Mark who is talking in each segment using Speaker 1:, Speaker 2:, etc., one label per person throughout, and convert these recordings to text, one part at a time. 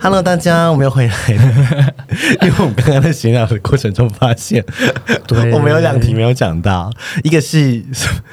Speaker 1: Hello，大家，我们又回来 了。因为我们刚刚在闲聊的过程中发现，
Speaker 2: 对
Speaker 1: 我们有两题没有讲到，一个是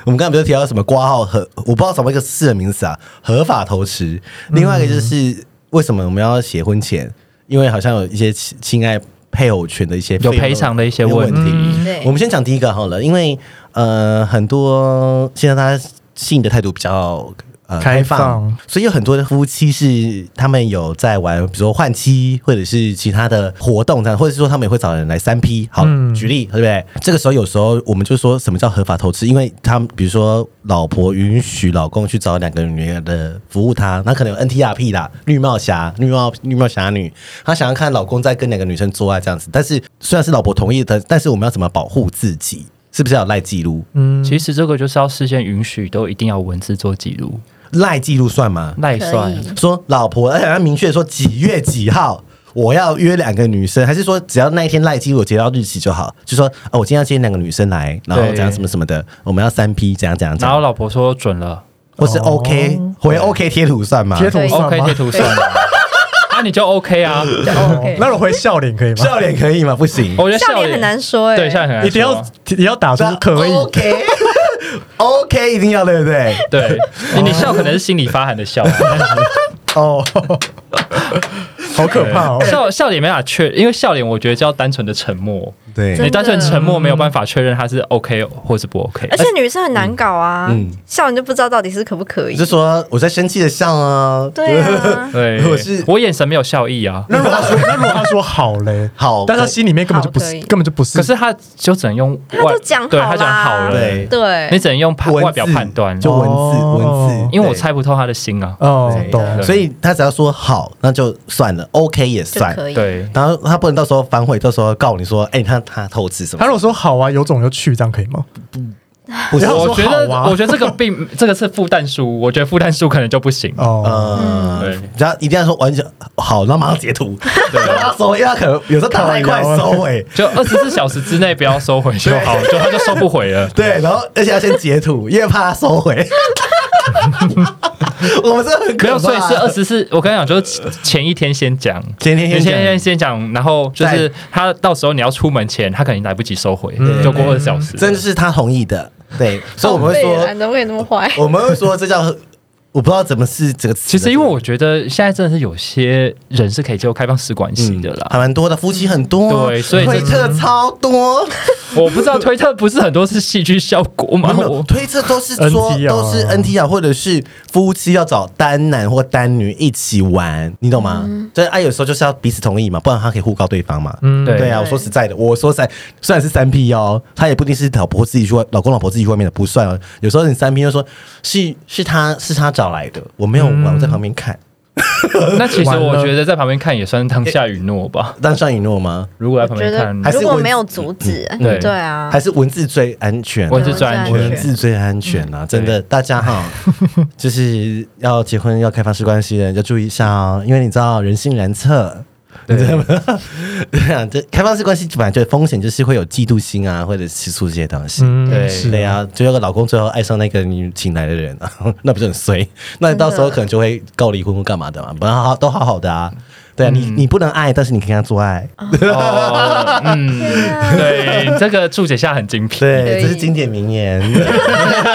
Speaker 1: 我们刚刚不是提到什么挂号合，我不知道什么一个四的名词啊，合法投持；另外一个就是为什么我们要写婚前，因为好像有一些侵侵害配偶权的一些
Speaker 3: 有
Speaker 1: 费用
Speaker 3: 赔偿的一些问
Speaker 1: 问
Speaker 3: 题
Speaker 1: 题。
Speaker 4: 对
Speaker 1: 我们先讲第一个好了，因为呃，很多现在大家性的态度比较。呃，
Speaker 2: 开
Speaker 1: 开
Speaker 2: 放
Speaker 1: 放，所以有很多的夫妻是他们有在玩，比如说换妻，或者是其他的活动这样，或者是说他们也会找人来三 P。好，
Speaker 2: 嗯
Speaker 1: 举例对不对？这个时候有时候我们就说什么叫合法投资，因为他们比如说老婆允许老公去找两个女的服务他，那可能有 NTRP 啦，绿帽侠、绿帽绿帽侠女，她想要看老公在跟两个女生做爱这样子。但是虽然是老婆同意的，但是我们要怎么保护自己？是不是要有赖记录？
Speaker 2: 嗯，
Speaker 3: 其实这个就是要事先允许，都一定要文字做记录，
Speaker 1: 赖记录算吗？
Speaker 3: 赖
Speaker 4: 可以
Speaker 3: 算
Speaker 1: 说老婆，而且他明确说几月几号我要约两个女生，还是说只要那一天赖记录我截到日期就好？就说哦，我今天要接两个女生来，然后
Speaker 3: 对
Speaker 1: 怎样什么什么的，我们要三 P 怎样怎样怎
Speaker 3: 然后
Speaker 1: 样，
Speaker 3: 老婆说准了
Speaker 1: 或是 OK、回 OK 贴图算吗？
Speaker 2: 贴图算吗
Speaker 3: ，OK 贴图算了，那你就 OK 啊。
Speaker 4: 就 OK。
Speaker 2: 那我回笑脸可以吗？
Speaker 1: 笑脸可以吗？不行，
Speaker 3: 我觉得
Speaker 4: 笑
Speaker 3: 脸
Speaker 4: 脸很难，说哎、
Speaker 3: 对笑脸啊哦很难说，
Speaker 2: 一定要也要打出可以。
Speaker 1: OK OK 一定要对不对？
Speaker 3: 对， 你你笑可能是心里发寒的 笑啊，
Speaker 1: 哦，
Speaker 2: 好可怕哦！
Speaker 3: 笑笑脸没法确，因为笑脸我觉得叫单纯的沉默，
Speaker 1: 对
Speaker 4: 真
Speaker 3: 你
Speaker 4: 的
Speaker 3: 单纯沉默没有办法确认他是 OK 或是不 OK
Speaker 4: 而。且女生很难搞啊，
Speaker 1: 嗯
Speaker 4: 笑你就不知道到底是可不可以
Speaker 1: 你。就说我在生气的笑啊，
Speaker 4: 对 啊
Speaker 3: 对，
Speaker 1: 我是
Speaker 3: 我眼神没有笑意啊，
Speaker 2: 那如果他说，那如果他说好嘞，
Speaker 1: 好，
Speaker 2: 但他心里面根本就不
Speaker 4: 好可
Speaker 2: 是，
Speaker 4: 以
Speaker 2: 根本就不是。
Speaker 3: 可是他就只能用
Speaker 4: 他
Speaker 3: 外
Speaker 4: 都讲
Speaker 3: 对
Speaker 4: 好
Speaker 3: 他讲
Speaker 4: 啦
Speaker 3: 好了，
Speaker 1: 对
Speaker 4: 对
Speaker 3: 你只能用判
Speaker 1: 文字
Speaker 3: 外表判断，
Speaker 1: 就文字
Speaker 2: 哦
Speaker 1: 文字，
Speaker 3: 因为我
Speaker 1: 对
Speaker 3: 猜不透他的心啊。
Speaker 2: 哦，
Speaker 1: 对
Speaker 2: 懂
Speaker 4: 对
Speaker 2: 了。
Speaker 1: 所以他只要说好，那就算了，OK 也
Speaker 4: 就
Speaker 1: 算。
Speaker 4: 可以。
Speaker 3: 对，
Speaker 1: 然后他不能到时候反悔，到时候告你说，哎、你看他偷吃什
Speaker 2: 他
Speaker 1: 么？
Speaker 2: 如果说好啊，有种就去，这样可以吗？
Speaker 1: 不是
Speaker 2: 然，后
Speaker 3: 我
Speaker 2: 说
Speaker 3: 觉得
Speaker 2: 好啊，
Speaker 3: 我觉得这个 并这个是负担书，我觉得负担书可能就不行。
Speaker 2: 哦，
Speaker 1: 呃，
Speaker 3: 嗯
Speaker 1: 只要一定要说完全好，然后马上截图，然后收，因为他可能有时候打太快
Speaker 2: 靠腰
Speaker 1: 收尾，
Speaker 3: 就二十四小时之内不要收回就好，就他就收不回了。
Speaker 1: 对，然后而且要先截图，因为怕他收 回。我们这很可
Speaker 3: 没
Speaker 1: 怕，啊
Speaker 3: 有，所以是二十四。我跟你讲，就是前一天先讲，
Speaker 1: 前一天先
Speaker 3: 你
Speaker 1: 讲
Speaker 3: 前一天先讲，然后就是
Speaker 1: 对
Speaker 3: 他到时候你要出门前，他肯定来不及收回，
Speaker 2: 嗯
Speaker 3: 就过二十小时。
Speaker 1: 真的是他同意的，对，所以我们会
Speaker 4: 好废啊
Speaker 1: 说，
Speaker 4: 你怎么可以那么坏？
Speaker 1: 我们会说这叫，我不知道怎么是这个词。
Speaker 3: 其实，因为我觉得现在真的是有些人是可以接受开放式关系的啦。
Speaker 1: 嗯还蛮多的，夫妻很多，啊
Speaker 3: 对所以
Speaker 1: 推
Speaker 3: 这嗯
Speaker 1: 特超多。
Speaker 3: 我不知道推特不是很多是戏剧效果吗？
Speaker 1: 没有，
Speaker 3: 我
Speaker 1: 推测都是 说
Speaker 2: NTR
Speaker 1: 都是 NT 啊，或者是夫妻要找单男或单女一起玩，你懂吗？
Speaker 4: 嗯
Speaker 1: 就是啊，有时候就是要彼此同意嘛，不然他可以互告对方嘛。
Speaker 2: 嗯，
Speaker 3: 对
Speaker 1: 对啊，
Speaker 4: 对
Speaker 1: 我说实在的，我说实在，虽然是三 P 哦，他也不一定是老婆自己去外，老公老婆自己去外面的不算哦。有时候你三 P 就说是是他是他找来的，我没有
Speaker 3: 嗯
Speaker 1: 玩，我在旁边看。
Speaker 3: 那其实
Speaker 2: 完了
Speaker 3: 我觉得在旁边看也算当下允诺吧。
Speaker 1: 但上允诺吗？
Speaker 3: 如果在旁
Speaker 4: 我觉
Speaker 3: 边
Speaker 4: 得
Speaker 3: 看，
Speaker 1: 还是
Speaker 4: 如果
Speaker 1: 文字
Speaker 4: 没有阻止，
Speaker 3: 对
Speaker 4: 对啊
Speaker 1: 还，是文字最安全啊？
Speaker 3: 文字最安全
Speaker 1: 文字最安全啊！真的，大家哈，就是要结婚要开放式关系的人要注意一下哦，因为你知道人性难测。 对对啊，这开放式关系本来就风险就是会有嫉妒心啊，或者吃醋这些东西。
Speaker 2: 嗯，
Speaker 3: 对
Speaker 2: 是
Speaker 1: 对啊，就有个老公最后爱上那个你请来的人 啊，那不是很衰？那你到时候可能就会告离婚或干嘛的嘛，本来好都好好的啊。对啊，你你不能爱，但是你可以跟他做爱。
Speaker 3: 哦，嗯，
Speaker 4: 啊
Speaker 3: 对，这个注解下很精辟。
Speaker 4: 可
Speaker 1: 对，
Speaker 4: 以
Speaker 1: 这是经典名言。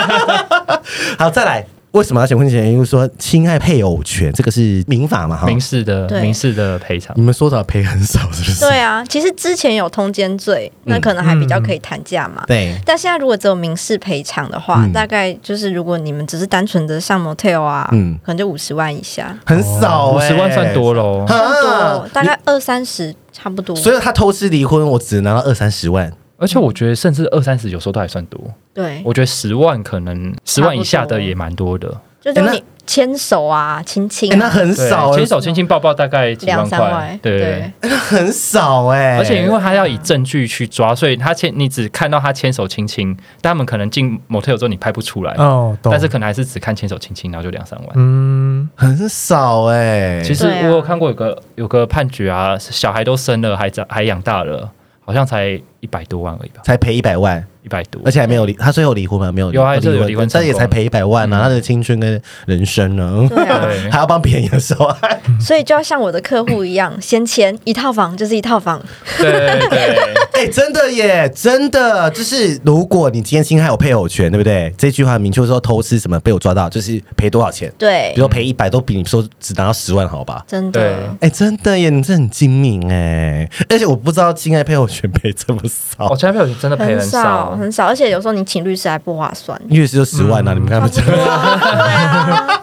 Speaker 1: 好，再来，为什么要选婚前？因为说侵害配偶权，这个是民法嘛？哈，
Speaker 3: 民事的
Speaker 4: 对
Speaker 3: 民事的赔偿
Speaker 1: 你，们说的赔很少，是不是？
Speaker 4: 对啊。其实之前有通奸罪，那可能还比较可以谈价嘛。
Speaker 1: 对
Speaker 4: 但现在如果只有民事赔偿的话，
Speaker 1: 嗯
Speaker 4: 大概就是如果你们只是单纯的上 motel 啊，
Speaker 1: 嗯
Speaker 4: 可能就五十万以下，
Speaker 1: 很少、
Speaker 3: 哦五
Speaker 1: 欸，
Speaker 3: 十万算多喽。
Speaker 4: 差不多
Speaker 1: 啊，，
Speaker 4: 大概二三十差不多。
Speaker 1: 所以他偷吃离婚，我只拿到二三十万。
Speaker 3: 而且我觉得，甚至二三十有时候都还算多。
Speaker 4: 对，
Speaker 3: 我觉得十万可能十万以下
Speaker 4: 差不
Speaker 3: 的
Speaker 4: 多
Speaker 3: 也蛮多的。
Speaker 4: 就是
Speaker 1: 诶那
Speaker 4: 你牵手啊、亲亲
Speaker 1: 哎、那
Speaker 4: 啊、
Speaker 1: 很
Speaker 3: 对
Speaker 1: 少、
Speaker 3: 牵手亲亲抱抱大概几
Speaker 4: 两
Speaker 3: 万
Speaker 4: 三
Speaker 3: 块
Speaker 4: 万，，
Speaker 3: 对。，
Speaker 1: 很少哎、
Speaker 3: 而且因为他要以证据去抓，所以他牵你只看到他牵手亲亲，但他们可能进 motel 之后你拍不出来，
Speaker 2: 哦，懂。
Speaker 3: 但是可能还是只看牵手亲亲，然后就两三万。
Speaker 2: 嗯，
Speaker 1: 很少哎、
Speaker 3: 其实
Speaker 4: 对啊
Speaker 3: 我有看过有个有个判决啊，小孩都生了，还长还养大了，好像才一百多万而已吧，
Speaker 1: 才赔一百万，
Speaker 3: 一百多
Speaker 1: 而。且还没有离，他最后离婚吗？没有，
Speaker 3: 有啊
Speaker 1: 不
Speaker 3: 这有离婚
Speaker 1: 但也
Speaker 3: 成功嗯
Speaker 1: 才赔一百万啊，他的青春跟人生呢，嗯
Speaker 4: 对啊，
Speaker 3: 对
Speaker 1: 还要帮别人的时候，
Speaker 4: 所以就要像我的客户一样，先签一套房就是一套房，
Speaker 3: 对对 对，
Speaker 1: 哎、真的耶，真的就是，如果你今天侵害我配偶权，对不对？这句话明确说偷吃什么被我抓到，就是赔多少钱？
Speaker 4: 对
Speaker 1: 比如，说赔一百，都比你说只拿到十万好吧？
Speaker 4: 真
Speaker 3: 对
Speaker 4: 的。
Speaker 1: 哎、真的耶，你这很精明哎，而且我不知道侵害配偶权赔这么少
Speaker 3: 哦，，其他票真的赔
Speaker 4: 很
Speaker 3: 少，
Speaker 4: 很少，而且有时候你请律师还不划 算。啊
Speaker 1: 律师就十万
Speaker 3: 嗯
Speaker 1: 啊，你们看他们这样。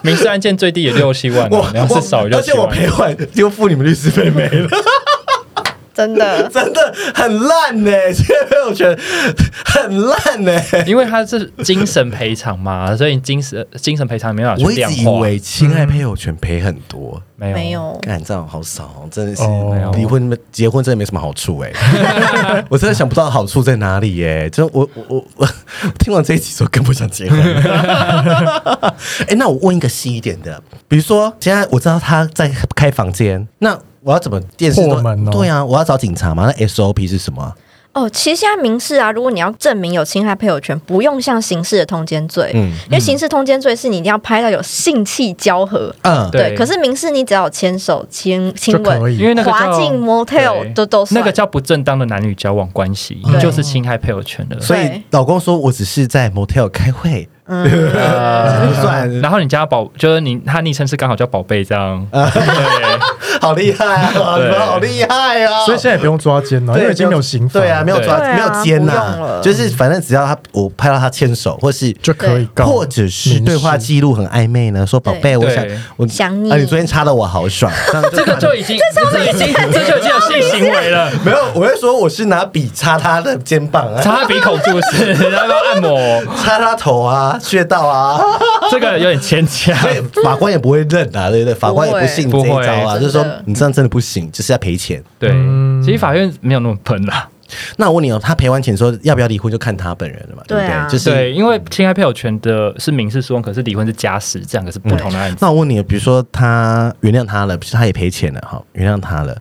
Speaker 3: 民事案件最低也六七万
Speaker 1: 我
Speaker 3: 啊，你要是少也
Speaker 1: 我
Speaker 3: 六
Speaker 1: 而
Speaker 3: 七
Speaker 1: 且我
Speaker 3: 万。
Speaker 1: 赔完就付你们律师费没 了，。
Speaker 4: 真的
Speaker 1: 真的很烂呢、欸，侵害配偶权很烂呢、
Speaker 3: 因为他是精神赔偿嘛，所以精神精神赔偿没办法
Speaker 1: 我
Speaker 3: 去
Speaker 1: 一
Speaker 3: 量
Speaker 1: 直以
Speaker 3: 化。
Speaker 1: 为侵害配偶权赔很多，
Speaker 3: 没有
Speaker 4: 没有，
Speaker 1: 干这样好少哦，真的是
Speaker 2: 哦没有
Speaker 1: 离婚没结婚真的没什么好处哎、欸， 我真的想不到好处在哪里耶、欸，就我我我我听完这一集之后更不想结婚。 哎、那我问一个细一点的，比如说现在我知道他在开房间，那我要怎么电视都
Speaker 2: 破门哦
Speaker 1: 对啊，我要找警察吗？那 SOP 是什么啊？
Speaker 4: 哦，其实现在民事啊，如果你要证明有侵害配偶权，不用像刑事的通奸罪，
Speaker 1: 嗯
Speaker 4: 因为刑事通奸罪是你一定要拍到有性器交合，
Speaker 1: 嗯，
Speaker 3: 对
Speaker 4: 可是民事你只要有牵手、亲亲
Speaker 2: 就可
Speaker 4: 吻
Speaker 2: 以，
Speaker 3: 因为那个叫
Speaker 4: 滑进 motel
Speaker 3: 对
Speaker 4: 都都算
Speaker 3: 那个叫不正当的男女交往关系，
Speaker 4: 对
Speaker 3: 就是侵害配偶权的。
Speaker 1: 所以老公说我只是在 motel 开会，嗯，
Speaker 2: 呃
Speaker 1: 算
Speaker 3: 然后你家宝就是你，他昵称是刚好叫宝贝这样，对，
Speaker 1: 好厉害啊！
Speaker 3: 对
Speaker 1: 你们好厉害啊！
Speaker 2: 所以现在也不用抓奸哦了，因为已经没有刑法，
Speaker 1: 对啊，没有抓，
Speaker 4: 对啊
Speaker 1: 没有奸呐、
Speaker 4: 不用了
Speaker 1: 就是反正只要他我拍到他牵手，或是
Speaker 2: 就可以告，
Speaker 1: 或者是对话记录很暧昧呢，说宝贝，我想
Speaker 3: 对
Speaker 1: 我
Speaker 4: 想你
Speaker 1: 啊，你昨天插的我 好爽，这样就
Speaker 3: 这个就已经这已经这就已经有性行为了，
Speaker 1: 没有，我会说我是拿笔插他的肩膀啊，
Speaker 3: 插鼻孔是不是？ 然后按摩，
Speaker 1: 插他头啊，穴道啊，
Speaker 3: 这个有点牵强。
Speaker 1: 所以法官也不会认啊，对不对？法官也不信这
Speaker 3: 不
Speaker 1: 一
Speaker 3: 会
Speaker 1: 招
Speaker 3: 不
Speaker 1: 啊，
Speaker 3: 会
Speaker 1: 就是说
Speaker 4: 真的
Speaker 1: 你这样真的不行，就是要赔钱。
Speaker 3: 对，
Speaker 1: 嗯
Speaker 3: 其实法院没有那么喷啦。
Speaker 1: 那我问你哦，他赔完钱说要不要离婚，就看他本人了嘛，对不
Speaker 4: 对啊
Speaker 1: 对？就是
Speaker 3: 对，因为侵害配偶权的是民事诉讼，可是离婚是家事，这两个是不同的案子。
Speaker 1: 那我问你，哦比如说他原谅他了，比如说他也赔钱了，哈，原谅他了，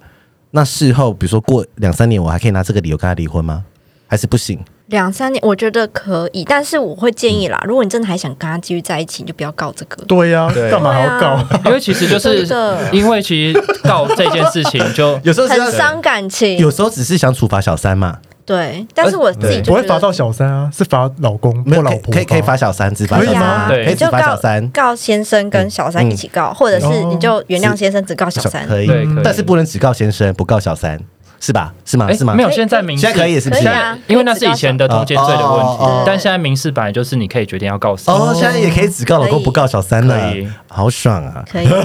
Speaker 1: 那事后比如说过两三年，我还可以拿这个理由跟他离婚吗？还是不行？
Speaker 4: 两三年，我觉得可以，但是我会建议啦，如果你真的还想跟他继续在一起，你就不要告这个。
Speaker 2: 对呀，
Speaker 3: 嗯对
Speaker 2: 干嘛还要告？
Speaker 4: 啊
Speaker 1: 嗯
Speaker 3: 因为其实就是
Speaker 4: 真的
Speaker 3: 因为其实告这件事情就
Speaker 1: 有时候是要
Speaker 4: 很伤感情
Speaker 1: 有，时候只是想处罚小三嘛，
Speaker 4: 对。但
Speaker 3: 哎
Speaker 4: 是我自己
Speaker 1: 对
Speaker 4: 就
Speaker 2: 不会
Speaker 4: 觉
Speaker 2: 罚
Speaker 4: 得
Speaker 2: 到小三啊，是罚老公
Speaker 1: 没
Speaker 2: 或
Speaker 1: 有
Speaker 2: 老
Speaker 1: 可以
Speaker 2: 婆，
Speaker 1: 可以可以罚。小三，只罚
Speaker 2: 可以
Speaker 1: 小
Speaker 2: 吗
Speaker 1: 三，
Speaker 3: 对
Speaker 1: 可以
Speaker 4: 你
Speaker 1: 只
Speaker 4: 啊就
Speaker 1: 罚小
Speaker 4: 告
Speaker 1: 三，
Speaker 4: 告先生跟小三一起告，或者
Speaker 3: 嗯
Speaker 4: 是你就原谅先生，只告小三。
Speaker 1: 可以
Speaker 3: 对可以，
Speaker 1: 但哦是不能只告先生，不告小三，是吧？是吗？
Speaker 3: 哎
Speaker 1: 是吗？
Speaker 3: 没有
Speaker 4: 可以
Speaker 3: 现在民事
Speaker 1: 现在可以是不是
Speaker 4: 可以啊
Speaker 3: 因为那是以前的通奸罪的问
Speaker 1: 哦哦
Speaker 4: 哦
Speaker 3: 题，但现在民事本来就是你可以决定要告谁。
Speaker 1: 哦，现在也可以只告老
Speaker 4: 可
Speaker 1: 公，
Speaker 4: 以
Speaker 1: 不告小三了
Speaker 3: 可以，
Speaker 1: 好爽啊！
Speaker 4: 可 以，
Speaker 2: 什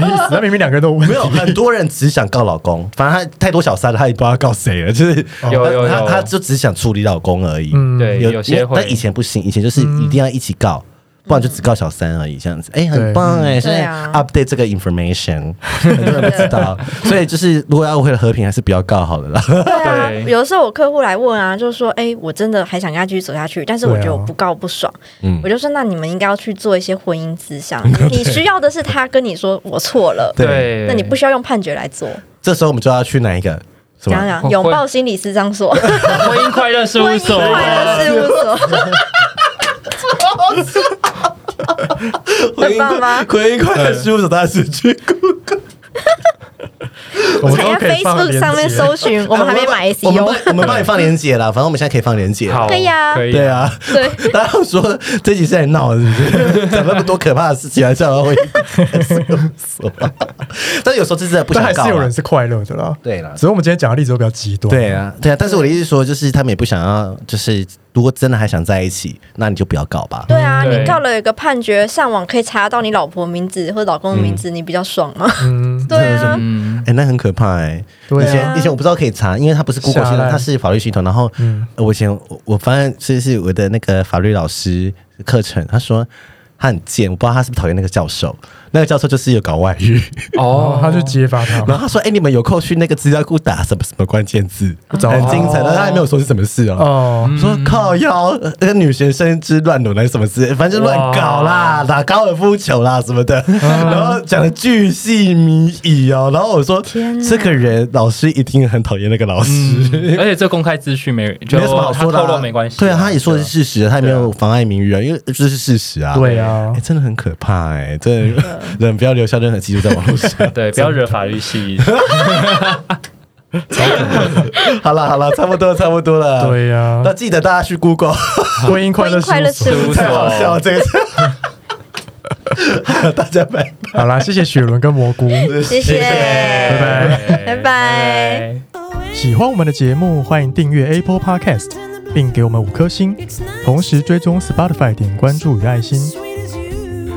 Speaker 2: 么意思？那明明两个人都有问
Speaker 1: 没有
Speaker 2: 题。
Speaker 1: 很多人只想告老公，反正他太多小三了，他也不知道告谁了，就是
Speaker 2: 有
Speaker 1: 他
Speaker 3: 哦有
Speaker 1: 他
Speaker 3: 有
Speaker 1: 他就只想处理老公而已。
Speaker 2: 嗯
Speaker 3: 对，有些会
Speaker 1: 但以前不行，以前就是一定要一起告，不然就只告小三而已，这样子。哎、很
Speaker 2: 对
Speaker 1: 棒哎、现
Speaker 4: 对
Speaker 1: 在
Speaker 4: 啊
Speaker 1: update 这个 information，很多人不知 道，所以就是如果要为了和平，还是不要告好了啦。
Speaker 4: 对啊
Speaker 3: 对，
Speaker 4: 有的时候我客户来问啊，就是说，哎、我真的还想跟他继续走下去，但是我
Speaker 2: 对啊
Speaker 4: 觉得我不告不爽，
Speaker 1: 嗯
Speaker 4: 我就说，那你们应该要去做一些婚姻咨商， 你需要的是他跟你说我错了，
Speaker 3: 对，
Speaker 4: 那你不需要用判决来做，
Speaker 1: 这时候我们就要去哪一个？什
Speaker 4: 讲
Speaker 1: 么？
Speaker 4: 讲拥抱心理咨商所，婚
Speaker 3: 婚姻快乐事务
Speaker 4: 姻
Speaker 3: 所，
Speaker 4: 快乐事务所，很棒吗
Speaker 1: 婚姻快乐
Speaker 3: 嗯
Speaker 1: 事务所，大家是去
Speaker 2: 我们
Speaker 4: 才
Speaker 2: 都
Speaker 4: 在
Speaker 2: 可以放
Speaker 4: Facebook 上面
Speaker 2: 链接
Speaker 4: 搜寻，我们还没买
Speaker 1: 哎
Speaker 4: E 哦
Speaker 1: 我们帮我
Speaker 4: SEO，
Speaker 1: 们帮你放链接啦，反正我们现在可以放链接。
Speaker 3: 好，
Speaker 4: 可以啊
Speaker 3: 可以
Speaker 1: 对，啊，
Speaker 4: 对，
Speaker 1: 大家都说这集是在闹，是不是？讲那么多可怕的事情，还是要会但有时候真的不
Speaker 2: 但
Speaker 1: 想
Speaker 2: 还
Speaker 1: 告
Speaker 2: 是有
Speaker 1: 啊
Speaker 2: 人。是快乐的啦。
Speaker 1: 对啦
Speaker 2: 只是我们今天讲的例子都比较极端。
Speaker 1: 对啊，对啊，但是我的意思是说，就是他们也不想要，就是如果真的还想在一起，那你就不要告吧。
Speaker 4: 对啊，
Speaker 3: 对
Speaker 4: 你告了有一个判决，上网可以查到你老婆名字或者老公的名字，你比较爽吗？
Speaker 2: 嗯，
Speaker 4: 对啊，
Speaker 3: 嗯，
Speaker 1: 哎、那很可怕哎、
Speaker 2: 对
Speaker 1: 以前
Speaker 2: 啊，
Speaker 1: 以前我不知道可以查，因为它不是 Google
Speaker 2: 下
Speaker 1: 系统，
Speaker 2: 来
Speaker 1: 它是法律系统。然后
Speaker 2: 嗯
Speaker 1: 呃我以前我我发现是是我的那个法律老师课程，他说。他很贱，我不知道他是不是讨厌那个教授，那个教授就是有搞外遇，
Speaker 2: 哦，他就揭发他
Speaker 1: 然后他说：“哎、你们有空去那个资料库打什么什么关键字，
Speaker 3: 哦
Speaker 1: 很
Speaker 2: 找他
Speaker 1: 精彩。”但他也没有说是什么事哦。
Speaker 2: 哦，
Speaker 1: 我说靠腰，那个女学生之乱伦还是什么事，反正就乱搞啦，打高尔夫球啦什么的，
Speaker 3: 嗯
Speaker 1: 然后讲的巨细靡遗哦。然后我说
Speaker 4: 天，哪
Speaker 1: 这个人老师一定很讨厌那个老师，
Speaker 3: 而且这公开资讯没人，嗯就
Speaker 1: 没有什么好说的、
Speaker 3: 他
Speaker 1: 啊，
Speaker 3: 透露没关系啊。
Speaker 1: 对啊，他也说的是事实，他也没有妨碍名誉啊，因为这是事实啊。
Speaker 2: 对啊
Speaker 1: 哎，真的很可怕哎、
Speaker 4: 嗯
Speaker 1: 真的人不要留下任何记录在网络上。
Speaker 3: 对，不要惹法律系。
Speaker 1: 好了好了，差不多差不多了。
Speaker 2: 对呀
Speaker 1: 嗯那记得大家去 Google，
Speaker 2: 婚姻快
Speaker 4: 婚
Speaker 2: 乐
Speaker 4: 姻快乐
Speaker 2: 事务所。
Speaker 4: 事务
Speaker 1: 太好笑
Speaker 4: 所，
Speaker 1: 了， 这个是。大家拜。
Speaker 2: 好啦，谢谢雪伦跟蘑菇。
Speaker 4: 谢 谢，
Speaker 2: 拜拜
Speaker 4: 拜拜。
Speaker 2: 喜欢我们的节目，欢迎订阅 Apple Podcast，并给我们五颗星，同时追踪 Spotify 点关注与爱心。